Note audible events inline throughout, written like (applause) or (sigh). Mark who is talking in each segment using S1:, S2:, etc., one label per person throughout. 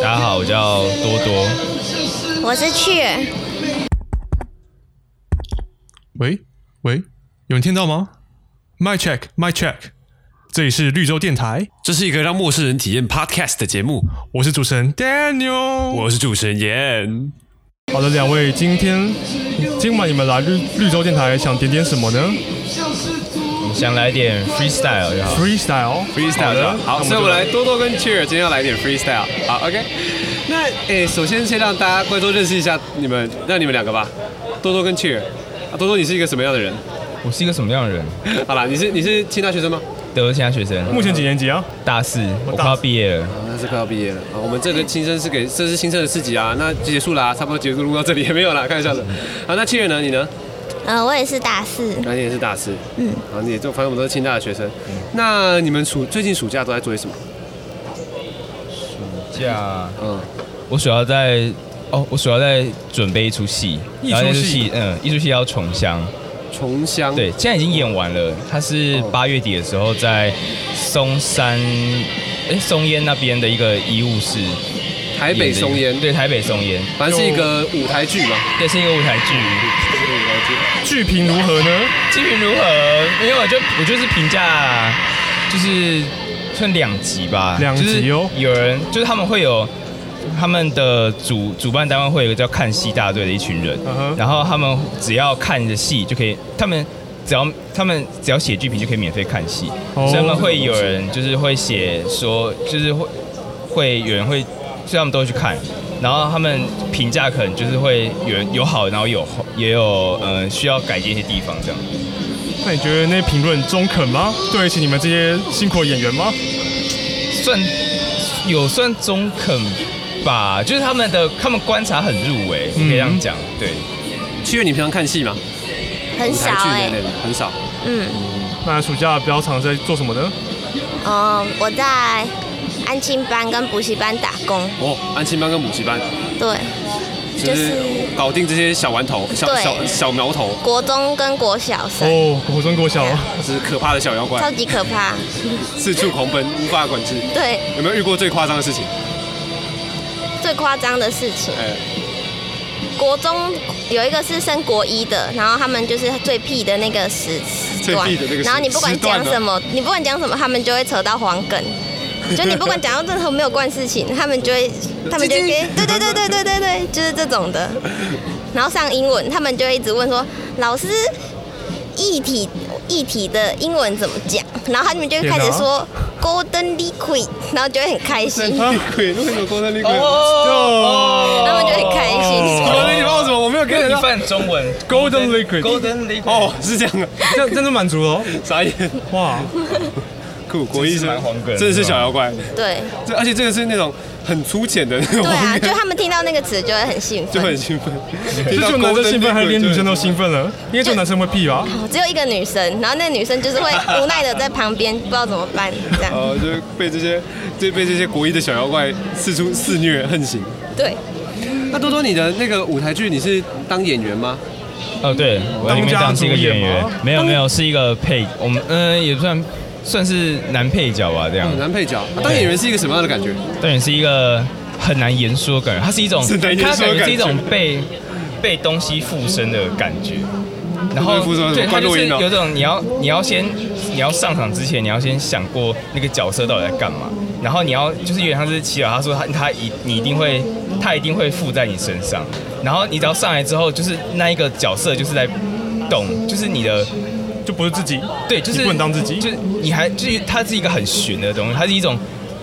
S1: 大家好，我叫多多。
S2: 我是去儿，
S3: 喂喂，有人听到吗？My check, my check，这里是绿洲电台，
S4: 这是一个让陌生人体验 podcast 的节目，
S3: 我是主持人 Daniel。
S4: 我是主持人严。
S3: 好的，两位，今天今晚你们来绿绿洲电台想点点什么呢
S1: 想来点 freestyle 就好。
S3: ？Freestyle。
S5: freestyle
S3: 的
S5: 的。好，
S3: 那
S5: 所以
S3: 我
S5: 我
S3: 们
S5: 来多多跟 Cheer 今天要来一点 freestyle。好，OK。那诶，首先先让大家观众认识一下你们，让你们两个吧。多多跟 Cheer，啊，多多你是一个什么样的人？
S1: 我是一个什么样的人？
S5: 好啦，你是你是清大学生吗？
S1: 德文其他学生，
S3: 目前几年级啊？
S1: 大四，我
S3: 大
S1: 快要毕业了。
S5: 那是快要毕业了啊。我们这个新生是给这是新生的四级啊，那结束啦，差不多结束录到这里也 (laughs) 没有啦，开玩笑的。好，那 Cheer 呢？你呢？
S2: 呃，我也是大四，
S5: 那你也是大四，嗯，啊，你也就反正我们都是清大的学生。那你们暑最近暑假都在做些什么？
S1: 假，
S5: 嗯，
S1: 我主要在哦，我主要在准备一出戏，
S3: 一出戏
S1: 然后那出戏，嗯，一出戏叫《重香》，
S5: 重香
S1: 对，现在已经演完了。它是八月底的时候在松山，哎，松烟那边的一个医务室演的一个，
S5: 台北松烟，，
S1: 对，台北松烟，
S5: 反正是一个舞台剧嘛。
S1: 这是一个舞台剧。
S3: 剧评如何呢？
S1: 剧评如何？没有，我啊就我就是评价，就是算两集吧，
S3: 两集哦
S1: 就是有人就是他们会有他们的主主办单位会有一个叫看戏大队的一群人
S3: 嗯哼
S1: 然后他们只要看着戏就可以，他们只要他们只要写剧评就可以免费看戏
S3: 哦
S1: 所以他们会有人就是会写说，就是会会有人会，所以他们都会去看。然后他们评价可能就是会有人有好，然后有也有呃需要改进一些地方这样。
S3: 那你觉得那些评论中肯吗？对得起你们这些辛苦的演员吗？
S1: 算有算中肯吧，就是他们的他们观察很入围，
S3: 嗯
S1: 我可以这样讲。对，
S5: 七月你平常看戏吗？
S2: 很
S5: 舞
S2: 少
S5: 台剧
S2: 哎、
S5: 那类的很少。
S2: 嗯，
S3: 那暑假比较常在做什么呢？
S2: 呃，我在安亲班跟补习班打工，
S5: 哦，安亲班跟补习班
S2: 对，
S5: 就
S2: 就是是
S5: 搞定这些小顽童、小
S2: 对
S5: 小小苗头，
S2: 国中跟国小生，
S3: 哦，国中国小，
S5: 就是可怕的小
S2: (laughs)
S5: 妖
S2: 超
S5: 怪，
S2: 级可怕，
S5: 四处狂奔，无法管制。
S2: 对，
S5: 有没有遇过最夸张的事情？
S2: 最夸张的事情，
S5: 哎，
S2: 国中有一个是升国一的，然后他们就是最屁的那个时时段
S5: 最屁的那个时，
S2: 然后你不管讲什么，你不管讲什么，他们就会扯到黄
S5: (laughs)
S2: 梗。就你不管讲到任何没有关的事情，他们就会，他们就会给，对对对对对对对，就是这种的。然后上英文，他们就会一直问说，老师，液体液体的英文怎么讲？然后他们就会开始说 golden liquid，然后就会很开心，
S5: 厉鬼，为什么光灯厉鬼？
S1: 哦
S2: 他们就很开心。
S5: 我哦的地方为什么我没有
S1: 跟
S5: 跟
S1: 你
S2: 哦
S5: 你
S1: 翻中文
S3: Golden
S1: (laughs)
S3: liquid
S1: Golden Liquid，
S5: 哦，是这样的，
S3: 这样这样就满足了哦。
S5: 傻眼，
S3: 哇，
S5: 酷，国医
S1: 真是
S5: 生
S1: 蛮黄梗的
S5: 真的是小妖怪，
S2: 对。
S5: 这而且这个是那种很粗浅的那种
S2: 对啊，
S5: 黄
S2: 就
S5: 梗，
S2: 他们听到那个词就会很兴
S5: 就
S2: 奋。
S5: 很
S1: (laughs)
S5: 兴奋，
S3: 这种男生兴奋，还有连女生都兴奋了，因为这种男生会屁吧？
S2: 哦只有一个女生，然后那个女生就是会无奈的在旁边，不知道怎么办这样。
S5: 呃，就是被这些， (laughs) 就被这些国一的小妖怪四处肆虐横行。
S2: 对，
S5: 那多多，你的那个舞台剧，你是当演员吗？
S1: 哦，对，我在里面当是一个演员
S3: 当家主演吗，
S1: 没有没有，是一个配，我们嗯、也算算是男配角吧，这样
S5: 很。难配角、啊当演员是一个什么样的感觉？
S1: 当然是一个很难言说的感觉，它是一种，
S5: 是难言
S1: 它
S5: 说的
S1: 感
S5: 感
S1: 觉
S5: 觉
S1: 是一种被被东西附身的感觉。然后
S5: 会附身什么
S1: 对，它
S5: 关
S1: 就
S5: 洛
S1: 是
S5: 音哦
S1: 有种你要你要先你要上场之前，你要先想过那个角色到底在干嘛，然后你要就是有点像是祈祷，他说他他一你一定会他一定会附在你身上，然后你只要上来之后，就是那一个角色就是在动，就是你的
S3: 就不是自己。
S1: 对，就是
S3: 你不能当自己
S1: 就是你还就是它是一个很玄的东西，它是一种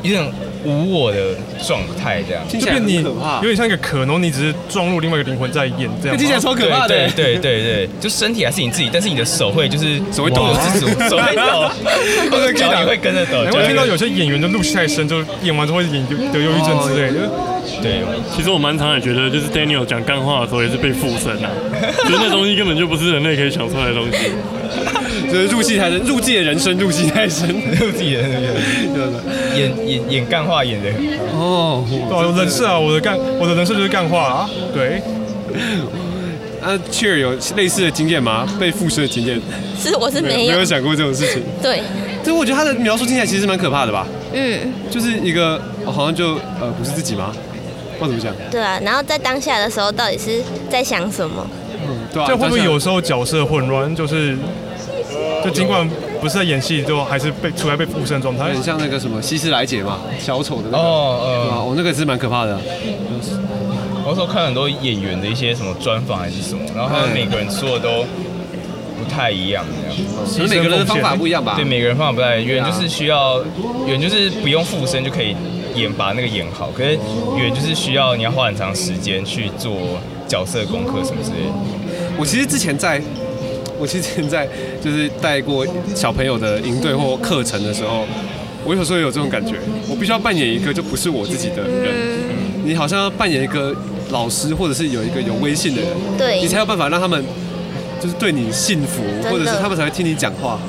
S1: 一种无我的状态这样。
S5: 听
S3: 就
S5: 起来
S3: 变你
S5: 很可怕
S3: 有，点像一个壳，然后你只是撞入另外一个灵魂在演这样吗。
S5: 听起来超可怕的。
S1: 对对对对，对就身体还是你自己，但是你的手会就是
S5: 手会抖
S1: 哇是手手会抖，或者脚也会跟着抖。
S3: 哎，
S1: 就
S3: 我
S1: 会
S3: 听到有些演员的入戏太深，就演完之后会演得忧郁症之类的。
S1: 对，
S6: 其实我蛮常也觉得，就是 Daniel 讲干话的时候也是被附身啊，就是那东西根本就不是人类可以想出来的东西。
S5: 就是入戏太深，入戏的人生，入戏太深。
S1: 自己的那个演演演干话演的，
S5: (laughs) 哦，
S3: 对啊，人设啊，我的干，我的人设就是干话啊。对，
S5: 那 Cheer 有类似的经验吗？被附身的经验？
S2: 是我是没
S5: 没
S2: 有 (laughs)
S5: 有。想过这种事情。
S2: 对，
S5: 这对，我觉得他的描述听起来其实蛮可怕的吧，
S2: 嗯，
S5: 就是一个、哦好像就呃不是自己吗？我怎么讲？
S2: 对啊。然后在当下的时候，到底是在想什么？
S5: 嗯，对啊，
S7: 这会不会
S5: 当下
S7: 有时候角色混乱？就是，就尽管不是在演戏，就还是被处在被附身状态
S5: 很。像那个什么希斯莱杰嘛，小丑的那个。对啊，
S1: 哦，
S5: 我那个是蛮可怕的。
S1: 呃，我那时候看很多演员的一些什么专访还是什么，然后他
S3: 哎
S1: 们每个人说的都不太一样，这样。
S5: 可能每个人的方法不一样吧？
S1: 对，每个人方法不太一样，有人
S5: 对啊
S1: 就是需要，有人就是不用附身就可以演把那个演好，可是有人就是需要你要花很长时间去做角色功课什么之类的。
S5: 我其实之前在，我其实之前在就是带过小朋友的营队或课程的时候，我有时候也有这种感觉，我必须要扮演一个就不是我自己的人，你好像要扮演一个老师或者是有一个有威信的人，
S2: 对
S5: 你才有办法让他们就是对你信服，
S2: 的
S5: 或者是他们才会听你讲话。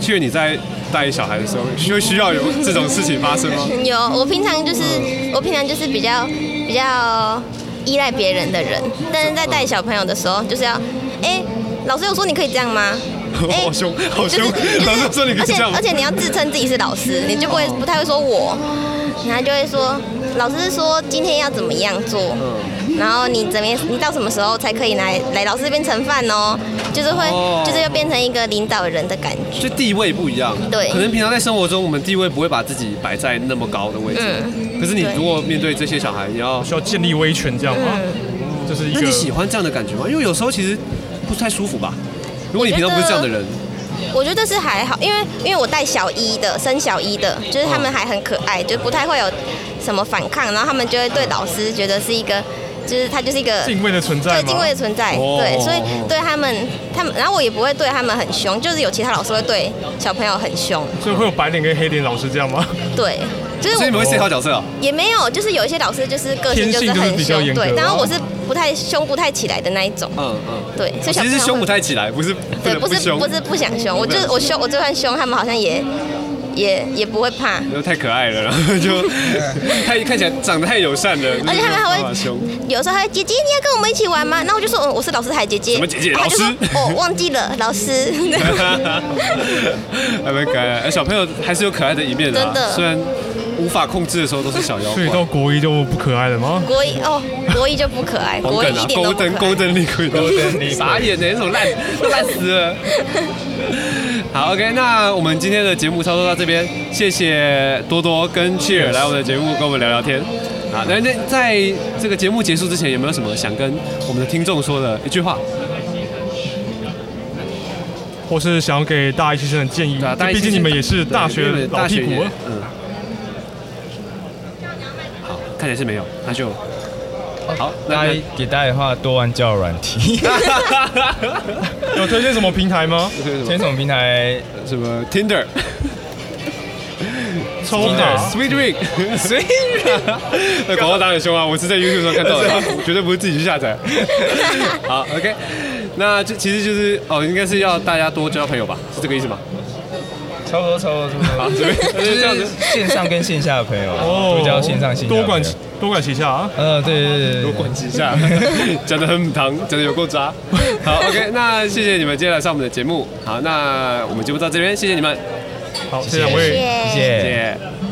S5: 确实你在带小孩的时候，需需要有这种事情发生吗？
S2: 有，我平常就是
S5: 嗯
S2: 我平常就是比较比较依赖别人的人，但是在带小朋友的时候，就是要，哎、老师有说你可以这样
S5: (laughs)
S2: 吗？哎
S5: 好凶，好
S2: 就是
S5: 凶！老师说你可
S2: 而
S5: 以这
S2: 且
S5: 样吗嗯
S2: 而且你要自称自己是老师，你就不会不太会说我，然后就会说老师说今天要怎么样做，
S5: 嗯
S2: 然后你怎么样，你到什么时候才可以来来老师这边盛饭哦？就是会
S5: 哦
S2: 就是又变成一个领导人的感觉，
S5: 就地位不一样，啊
S2: 对
S5: 可能平常在生活中，我们地位不会把自己摆在那么高的位置。
S2: 嗯
S5: 可是你
S2: 对
S5: 如果面对这些小孩，你要，
S7: 需要建立威权，这样吗？这是一
S5: 嗯那
S7: 个
S5: 你喜欢这样的感觉吗？因为有时候其实不太舒服吧。如果你平常不是这样的人，
S2: 我觉得是还好，因为因为我带小一的，升小一的，就是他们还很可爱，就不太会有什么反抗，然后他们就会对老师觉得是一个，就是他就是一个
S7: 敬畏的存在
S2: 对
S7: 吗？
S2: 敬畏的存在，
S5: 哦
S2: 对，所以对他们，他们，然后我也不会对他们很凶，就是有其他老师会对小朋友很凶，
S7: 所以会有白脸跟黑脸老师这样
S5: (laughs)
S7: 吗？
S2: 对，就是
S5: 所以你们
S2: 我
S5: 会 C 好角色啊？
S2: 也没有，就是有一些老师就是个性
S7: 天性
S2: 是
S7: 就是
S2: 很
S7: 比较
S2: 凶
S7: 严，格
S2: 对，然后
S7: 哦
S2: 我是不太凶不太起来的那一种，
S5: 嗯嗯，
S2: 对，所以小朋
S5: 其实
S2: 友
S5: 是凶
S2: 会
S5: 不太起来，不是不
S2: 对，
S5: 能
S2: 不是
S5: 凶
S2: 不，是不想凶，我就是我凶，我就算凶，他们好像也也也不会怕，
S5: 就太可爱了，然后
S2: (laughs)
S5: 就太看起来长得太友善了，
S2: 而且他们还
S5: 没有办法
S2: 会
S5: 凶。
S2: 有时候还会姐姐你要跟我们一起玩吗？那我就说、嗯、我是老师海姐姐，
S5: 什么姐姐
S2: 然后他就说
S5: 老师
S2: 哦忘记了老
S5: (laughs)
S2: 师，
S5: (laughs) 还蛮可爱的，哎小朋友还是有可爱的一面的啊
S2: 真的，
S5: 虽然无法控制的时候都是小妖
S7: 所以
S5: 怪
S7: 到。国一就不可爱了吗？
S2: 国一哦国一就不可爱，
S5: 黄
S2: 国
S5: 梗
S2: 一
S5: 啊
S2: 一，点都
S5: 勾
S2: 不可
S5: 灯
S2: 爱。
S5: 勾灯立鬼灯
S1: 灯立鬼
S5: 傻眼呢、欸，那种烂烂死了。 (laughs) 好，OK，那我们今天的节目操作到这边，谢谢多多跟 Cheer 来我们的节目跟我们聊聊天。好，那那在这个节目结束之前，有没有什么想跟我们的听众说的一句话？
S7: 或是想要给大一新生的建议？
S5: 对啊，大
S7: 就
S5: 一
S7: 毕竟
S5: 新
S7: 你们
S5: 生
S7: 也是大
S5: 对因
S7: 学
S5: 为
S7: 老
S5: 大
S7: 屁
S5: 学
S7: 股啊
S5: 也
S7: 了，
S5: 嗯。好，看起来是没有，那就好，
S1: 大
S5: 那
S1: 家给大家的话，多玩交友软
S5: (laughs)
S1: 体，
S7: (laughs) 有推荐什么平台吗？
S1: 先从平台
S5: 什么 Tinder。
S7: 抽卡
S5: Sweet Ring，Sweet Ring，那广告打得很凶啊！我是在 YouTube 上看到的， (laughs) 绝对不是自己去下载。好，OK，那这其实就是哦，应该是要大家多交朋友吧，是这个意思吗？
S1: 差不多，差不多，差不 (laughs)
S5: (laughs)
S1: 多。
S5: 准备
S1: 就
S5: 这样子
S1: 是线上跟线下的朋友，
S5: 哦
S1: 多交线上线下的朋友
S7: 哦多管多管齐下啊！
S1: 呃，对对对对对，
S5: 多管几下， (laughs) 讲的很糖，讲的有够渣。好，OK，那谢谢你们今天来上我们的节目。好，那我们节目到这边，谢谢你们，
S7: 好，谢谢两位。
S2: 谢
S1: 谢谢
S5: 谢谢。